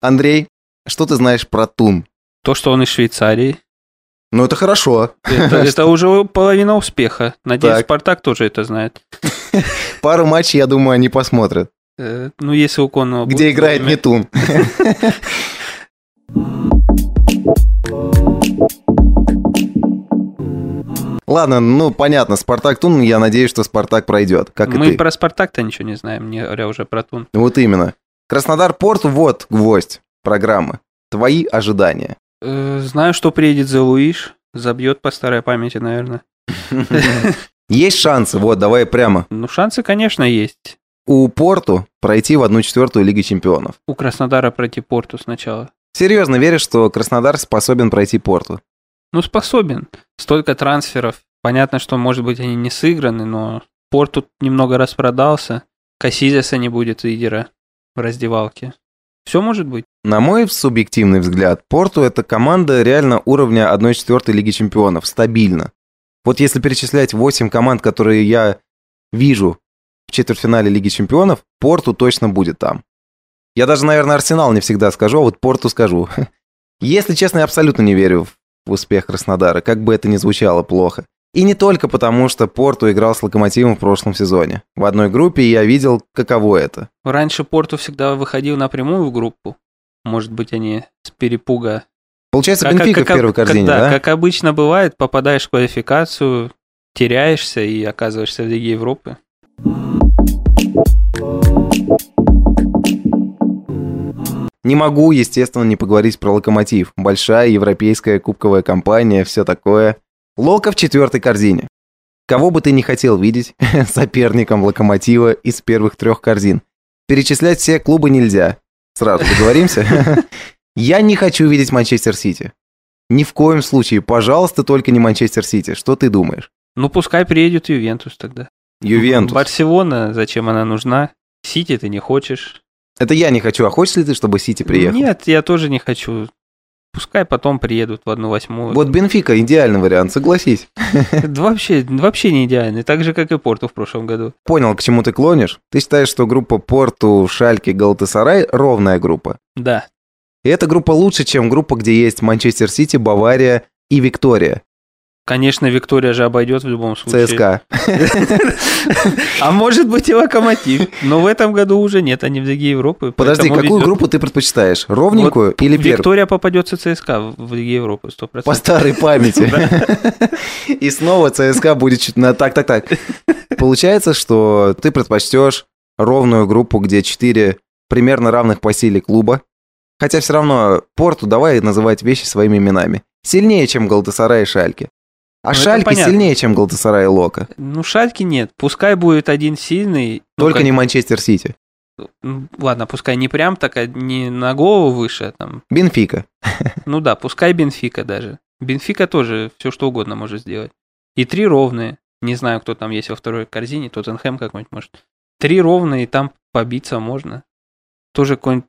Андрей, что ты знаешь про Тун? То, что он из Швейцарии, Ну, это хорошо. это, это уже половина успеха. Надеюсь, Так. Спартак тоже это знает. Пару матчей, я думаю, они посмотрят. Э, Ну, если у Конного... Где будет играет время. не Тун. Ладно, ну понятно, Спартак Тун, я надеюсь, что Спартак пройдет, как и Мы ты. про Спартак-то ничего не знаем, не говоря уже про Тун. Вот именно. Краснодар Порт, вот гвоздь программы. Твои ожидания. Э, Знаю, что приедет за Луиш. Забьет по старой памяти, наверное. Есть шансы, вот, давай прямо. Ну, шансы, конечно, есть. У Порту пройти в 1-4 Лиги Чемпионов. У Краснодара пройти Порту сначала. Серьезно веришь, что Краснодар способен пройти Порту? Ну, способен. Столько трансферов. Понятно, что, может быть, они не сыграны, но Порт тут немного распродался. Кассизиаса не будет лидера в раздевалке. Все может быть. На мой субъективный взгляд, Порту – это команда реально уровня 1-4 Лиги Чемпионов, стабильно. Вот если перечислять 8 команд, которые я вижу в четвертьфинале Лиги Чемпионов, Порту точно будет там. Я даже, наверное, Арсенал не всегда скажу, а вот Порту скажу. Если честно, я абсолютно не верю в успех Краснодара, как бы это ни звучало плохо. И не только потому, что Порту играл с Локомотивом в прошлом сезоне. В одной группе я видел, каково это. Раньше Порту всегда выходил напрямую в группу. Может быть, они с перепуга. Получается, Бенфика в первой А как- корзине, да, да? как обычно бывает, попадаешь в квалификацию, теряешься и оказываешься в Лиге Европы. Не могу, естественно, не поговорить про Локомотив. Большая европейская кубковая компания, все такое. Лока в четвертой корзине. Кого бы ты не хотел видеть соперником Локомотива из первых трех корзин. Перечислять все клубы нельзя. Сразу договоримся. Я не хочу видеть Манчестер Сити. Ни в коем случае, пожалуйста, только не Манчестер Сити. Что ты думаешь? Ну, пускай приедет Ювентус тогда. Ювентус. Барселона, зачем она нужна? Сити ты не хочешь. Это я не хочу. А хочешь ли ты, чтобы Сити приехал? Нет, я тоже не хочу. Пускай потом приедут в одну восьмую. Вот Бенфика идеальный вариант, согласись. Это вообще, вообще не идеально. Так же, как и Порту в прошлом году. Понял, к чему ты клонишь. Ты считаешь, что группа Порту, Шальки, Галтасарай ровная группа. Да. И эта группа лучше, чем группа, где есть Манчестер Сити, Бавария и Виктория. Конечно, Виктория же обойдет в любом случае. ЦСКА. А может быть и Локомотив. Но в этом году уже нет, они в Лиге Европы. Подожди, поэтому какую везет. группу ты предпочитаешь? Ровненькую или первую? Виктория попадется ЦСКА в в Лиге Европы, 100%. По старой памяти. И снова ЦСКА будет чуть на так, так, так. Получается, что ты предпочтешь ровную группу, где 4 примерно равных по силе клуба. Хотя все равно Порту давай называть вещи своими именами. Сильнее, чем Галтасарай и Шальки. А Ну, это Шальки понятно. сильнее, чем Галтасарай и Лока. Ну, Шальки нет. Пускай будет один сильный. ну, Только как- не Манчестер Сити. Ну, Ладно, пускай не прям такая, не на голову выше, а там. Бенфика. Ну да, пускай Бенфика даже. Бенфика тоже все что угодно может сделать. И три ровные. Не знаю, кто там есть во второй корзине, Тоттенхэм какой-нибудь может. Три ровные, и там побиться можно. Тоже какой-нибудь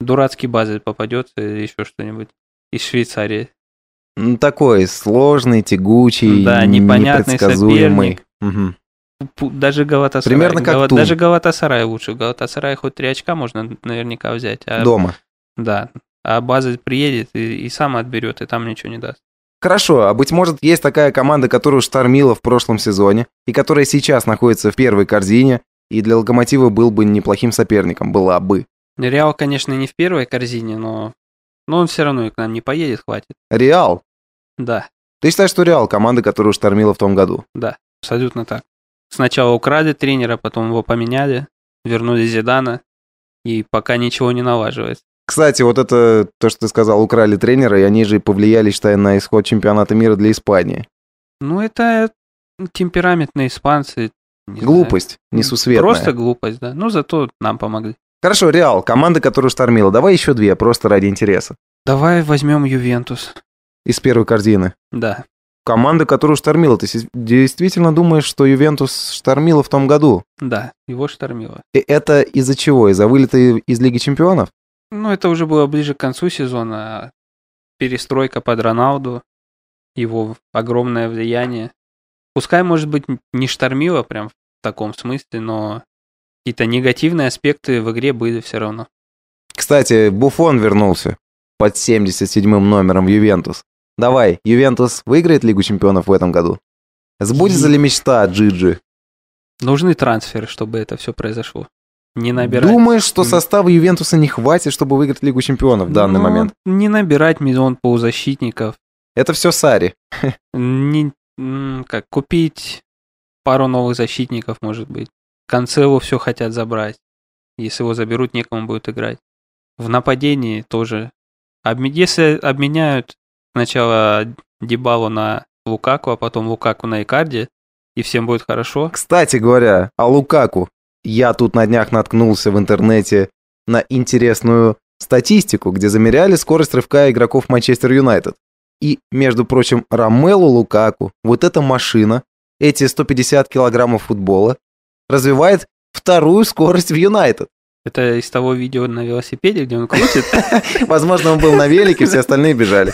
дурацкий базы попадется или еще что-нибудь из Швейцарии. Ну, такой сложный, тягучий, Да, непонятный непредсказуемый. соперник. Мгм. Пу- Даже Галатасарай. Примерно как Тул. Даже Галатасарай лучше. Галатасарай хоть три очка можно наверняка взять. А, Дома. Да. А база приедет и, и сам отберет, и там ничего не даст. Хорошо, а быть может, есть такая команда, которую штормила в прошлом сезоне, и которая сейчас находится в первой корзине, и для Локомотива был бы неплохим соперником, была бы. Реал, конечно, не в первой корзине, но, но он все равно и к нам не поедет, хватит. Реал. Да, Ты считаешь, что Реал команда, которую штормила в том году? абсолютно так. Сначала украли тренера, потом его поменяли, вернули Зидана, и пока ничего не налаживается. Кстати, вот это то, что ты сказал, украли тренера, и они же повлияли, считай, на исход чемпионата мира для Испании. Ну, это темпераментные испанцы. не знаю. Глупость, несусветная. Просто глупость, да. Ну, зато нам помогли. Хорошо, Реал, команда, которую штормила. Давай еще две, просто ради интереса. Давай возьмем Ювентус. Из первой корзины. Да. Команда, которую штормила. Ты си- действительно думаешь, что Ювентус штормила в том году? Да, его штормило. И это из-за чего? Из-за вылета из Лиги Чемпионов? Ну, это уже было ближе к концу сезона. а Перестройка под Роналду, его огромное влияние. Пускай, может быть, н- не штормило прям в таком смысле, но какие-то негативные аспекты в игре были все равно. Кстати, Буфон вернулся под 77-м номером в Ювентус. Давай, Ювентус выиграет Лигу чемпионов в этом году? Сбудется ли мечта Джиджи? Нужны трансферы, чтобы это все произошло. Не набирать. Думаешь, что состава Ювентуса не хватит, чтобы выиграть Лигу чемпионов в данный Ну, момент? Не набирать миллион полузащитников. Это все Сари. Не, м, как, купить пару новых защитников, может быть. В конце его все хотят забрать. Если его заберут, некому будет играть. В нападении тоже. Обме- Если обменяют сначала Дебалу на Лукаку, а потом Лукаку на Икарди, и всем будет хорошо. Кстати говоря, о Лукаку. Я тут на днях наткнулся в интернете на интересную статистику, где замеряли скорость рывка игроков Манчестер Юнайтед. И, между прочим, Ромелу Лукаку, вот эта машина, эти 150 килограммов футбола, развивает вторую скорость в Юнайтед. Это из того видео на велосипеде, где он крутит. Возможно, он был на велике, все остальные бежали.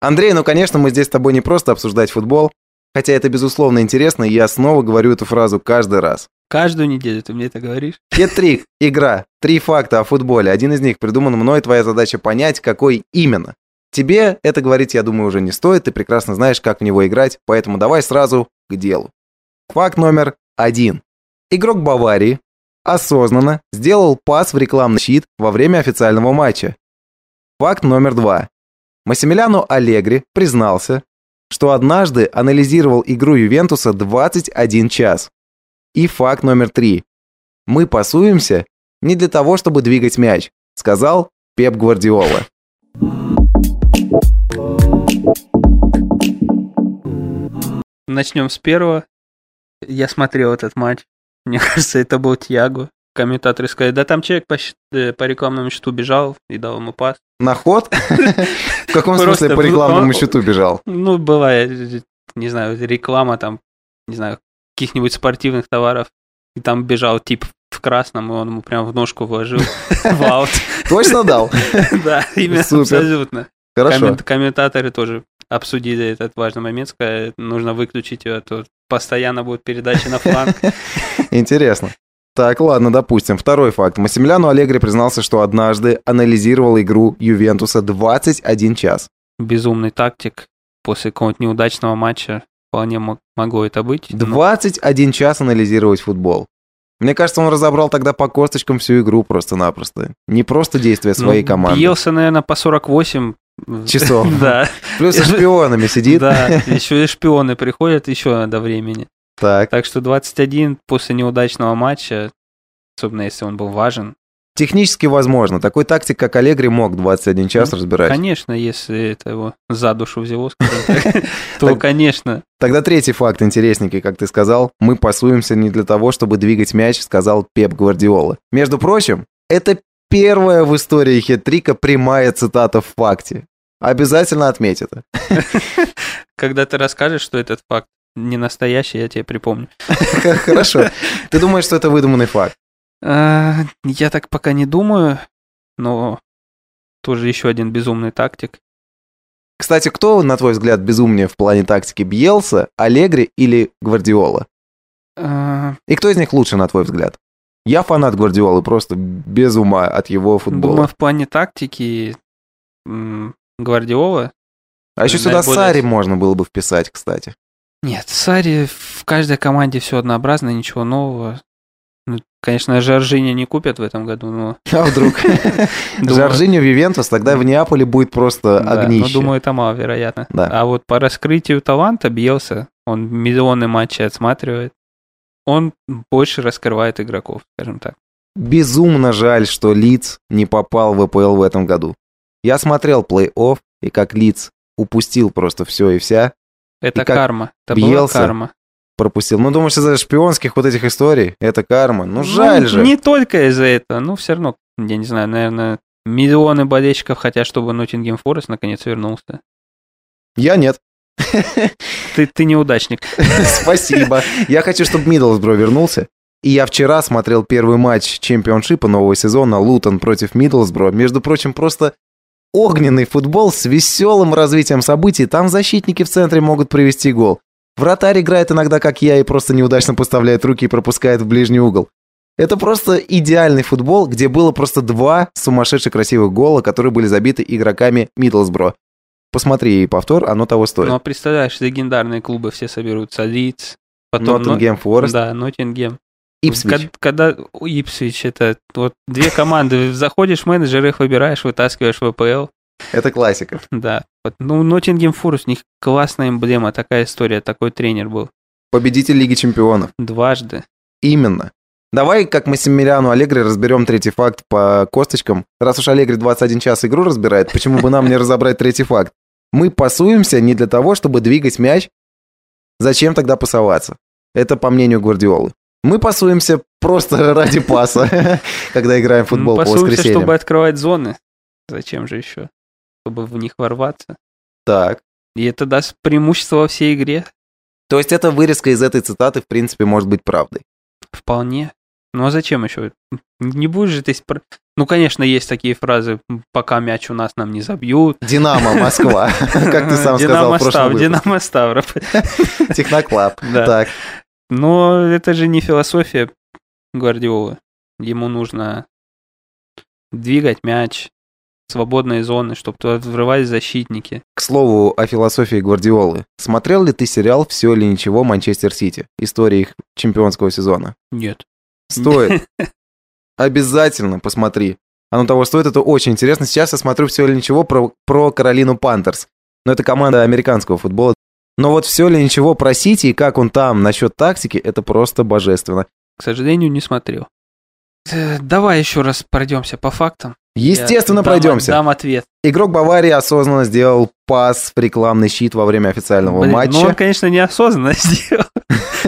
Андрей, ну, конечно, мы здесь с тобой не просто обсуждать футбол, хотя это, безусловно, интересно, и я снова говорю эту фразу каждый раз. Каждую неделю ты мне это говоришь. Хитрик, игра, три факта о футболе. Один из них придуман мной, твоя задача понять, какой именно. Тебе это говорить, я думаю, уже не стоит, ты прекрасно знаешь, как в него играть, поэтому давай сразу к делу. Факт номер один. Игрок Баварии осознанно сделал пас в рекламный щит во время официального матча. Факт номер два. Массимилиано Аллегри признался, что однажды анализировал игру Ювентуса 21 час. И факт номер три. «Мы пасуемся не для того, чтобы двигать мяч», сказал Пеп Гвардиола. Начнем с первого. Я смотрел этот матч. Мне кажется, это был Тьяго. Комментаторы сказали, да там человек по, щ- э, по рекламному счету бежал и дал ему пас. На ход? В каком Просто а? смысле по был- рекламному он- счету бежал? Ну, была, э, не знаю, реклама там, не знаю, каких-нибудь спортивных товаров. И там бежал тип в красном, и он ему прям в ножку вложил в аут. Точно дал? Да, именно Супер. абсолютно. Хорошо. Коммен- комментаторы тоже обсудили этот важный момент, сказали, нужно выключить ее, а то постоянно будут передачи на фланг. Интересно. Так, ладно, допустим. Второй факт. Массимилиано Аллегри признался, что однажды анализировал игру Ювентуса 21 час. Безумный тактик после какого-нибудь неудачного матча вполне мог- могло это быть. но 21 час анализировать футбол. Мне кажется, он разобрал тогда по косточкам всю игру просто-напросто. Не просто действия своей Ну, команды. Бьелся, наверное, по 48 в- Часов. Да, Плюс со шпионами сидит. да. Еще и шпионы приходят, еще надо времени. Так. Так что 21 после неудачного матча, особенно если он был важен. Технически возможно. Такой тактик, как Аллегри, мог 21 час Ну, разбирать. Конечно, если это его за душу взяло, скажем так, то, Так- конечно, Тогда третий факт интересненький, как ты сказал. Мы пасуемся не для того, чтобы двигать мяч, сказал Пеп Гвардиола. Между прочим, это первая в истории хитрика прямая цитата в факте. Обязательно отметь это. когда ты расскажешь, что этот факт не настоящий, я тебе припомню. Хорошо. Ты думаешь, что это выдуманный факт? А, Я так пока не думаю, но тоже еще один безумный тактик. Кстати, кто, на твой взгляд, безумнее в плане тактики? Бьелса, Аллегри или Гвардиола? А, И кто из них лучше, на твой взгляд? Я фанат Гвардиолы, просто без ума от его футбола. Думаю, в плане тактики м, Гвардиола. А еще сюда Наиболее Сари с- можно было бы вписать, кстати. Нет, Сари в каждой команде все однообразно, ничего нового. Ну, конечно, Жоржини не купят в этом году, но... А вдруг? думаю- Жоржиньо в Ювентус, тогда в Неаполе будет просто Да, но огнище. думаю, это маловероятно. Да. А вот по раскрытию таланта Бьелса, он миллионы матчей отсматривает, он больше раскрывает игроков, скажем так. Безумно жаль, что Лиц не попал в ВПЛ в этом году. Я смотрел плей-офф, и как Лиц упустил просто все и вся, Это И как карма. Это была Бьелса, карма. пропустил. Ну, думаешь, из-за шпионских вот этих историй? Это карма. Ну, жаль же. Не только из-за этого, ну все равно, я не знаю, наверное, миллионы болельщиков хотят, чтобы Ноттингем Форест наконец вернулся. Я нет. Ты, ты неудачник. Спасибо. Я хочу, чтобы Миддлсбро вернулся. И я вчера смотрел первый матч чемпионшипа нового сезона Лутон против Миддлсбро. Между прочим, просто огненный футбол с веселым развитием событий. Там защитники в центре могут привести гол. Вратарь играет иногда, как я, и просто неудачно поставляет руки и пропускает в ближний угол. Это просто идеальный футбол, где было просто два сумасшедших красивых гола, которые были забиты игроками Миддлсбро. Посмотри повтор, оно того стоит. Ну, а представляешь, легендарные клубы все соберутся. Лиц, потом... Но- Ноттингем Форест, Да, Ноттингем. Ипсвич. Кад- Когда у Ипсвич, это вот две команды, заходишь, менеджер их выбираешь, вытаскиваешь в ВПЛ, Это классика. да. Вот, Ну, Ноттингем Форест, у них классная эмблема, такая история, такой тренер был. Победитель Лиги Чемпионов. Дважды. Именно. Давай, как мы Семилиану Аллегри разберем третий факт по косточкам. Раз уж Аллегри 21 час игру разбирает, почему бы нам не разобрать третий факт? Мы пасуемся не для того, чтобы двигать мяч. Зачем тогда пасоваться? Это по мнению Гвардиолы. Мы пасуемся просто ради паса, когда играем в футбол Ну, по пасуемся, воскресеньям. чтобы открывать зоны. Зачем же еще? Чтобы в них ворваться. Так. И это даст преимущество во всей игре. То есть эта вырезка из этой цитаты, в принципе, может быть правдой. Вполне. Ну а зачем еще? Не будешь же ты... спр- Ну, конечно, есть такие фразы, «М, пока мяч у нас нам не забьют. Динамо, Москва, как ты сам сказал в Динамо прошлом Став- выпуске. Динамо Ставрополь. Техноклаб. Да. Так. Но это же не философия Гвардиолы. Ему нужно двигать мяч, свободные зоны, чтобы туда врывались защитники. К слову о философии Гвардиолы. Смотрел ли ты сериал «Все или ничего» Манчестер Сити? История их чемпионского сезона. Нет. Стоит. Обязательно посмотри. Оно того стоит, это очень интересно. Сейчас я смотрю «Все или ничего» про, про Каролину Пантерс. Но это команда американского футбола. Но вот «Все или ничего» про Сити и как он там насчет тактики, это просто божественно. К сожалению, не смотрел. Э, Давай еще раз пройдемся по фактам. Я Естественно, дам- пройдемся. Дам ответ. Игрок Баварии осознанно сделал пас в рекламный щит во время официального Блин, матча. Ну, он, конечно, неосознанно сделал.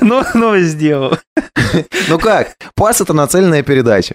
Но, но сделал. Ну как? Пас это нацеленная передача.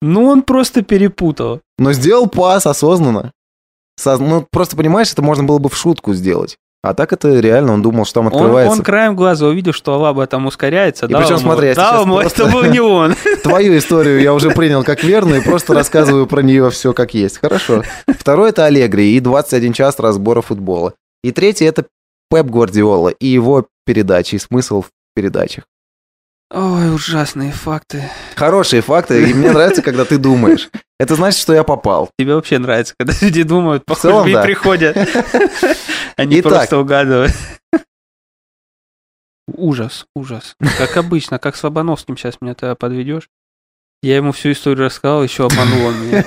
Ну, он просто перепутал. Но сделал пас осознанно. Соз- Ну, просто понимаешь, это можно было бы в шутку сделать. А так это реально, он думал, что там Он, открывается. он краем глаза увидел, что Алаба там ускоряется. И дал причем, ему- смотри, я дал сейчас ему, просто- это был не он. Твою историю я уже принял как верную и просто рассказываю про нее все как есть. Хорошо. Второе это Аллегри и 21 час разбора футбола. И третье это Пеп Гвардиола и его передачи, и смысл в передачах. Ой, ужасные факты. Хорошие факты, и мне нравится, когда ты думаешь. Это значит, что я попал. Тебе вообще нравится, когда люди думают, целом, похоже, и да. приходят. Они Итак. просто угадывают. Ужас, ужас. Как обычно, как с Лобановским сейчас меня тогда подведешь. Я ему всю историю рассказал, еще обманул он меня.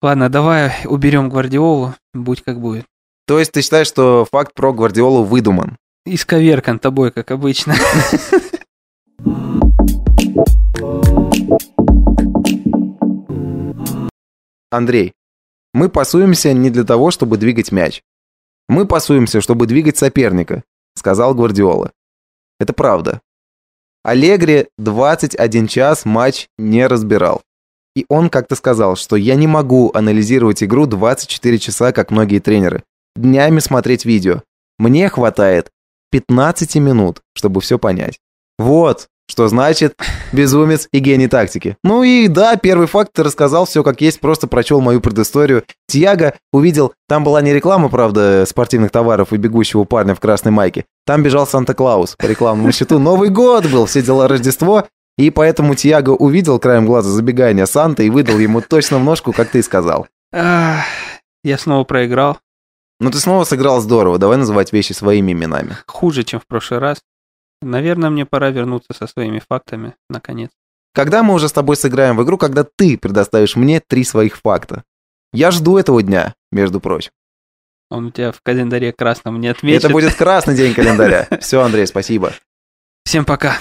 Ладно, давай уберем Гвардиолу, будь как будет. То есть ты считаешь, что факт про Гвардиолу выдуман? Исковеркан тобой, как обычно. Андрей, мы пасуемся не для того, чтобы двигать мяч. Мы пасуемся, чтобы двигать соперника, сказал Гвардиола. Это правда. Аллегри 21 час матч не разбирал. И он как-то сказал, что я не могу анализировать игру 24 часа, как многие тренеры. Днями смотреть видео. Мне хватает 15 минут, чтобы все понять. Вот, что значит безумец и гений тактики. Ну и да, первый факт ты рассказал все как есть, просто прочел мою предысторию. Тьяго увидел, там была не реклама, правда, спортивных товаров и бегущего парня в красной майке. Там бежал Санта-Клаус по рекламному счету. Новый год был, все дела Рождество. И поэтому Тьяго увидел краем глаза забегание Санта и выдал ему точно в ножку, как ты и сказал. Ах, Я снова проиграл. Но Ну, ты снова сыграл здорово, давай называть вещи своими именами. Хуже, чем в прошлый раз. Наверное, мне пора вернуться со своими фактами, наконец. Когда мы уже с тобой сыграем в игру, когда ты предоставишь мне три своих факта? Я жду этого дня, между прочим. Он у тебя в календаре красном не Это отмечен. будет красный день календаря. Все, Андрей, спасибо. Всем пока.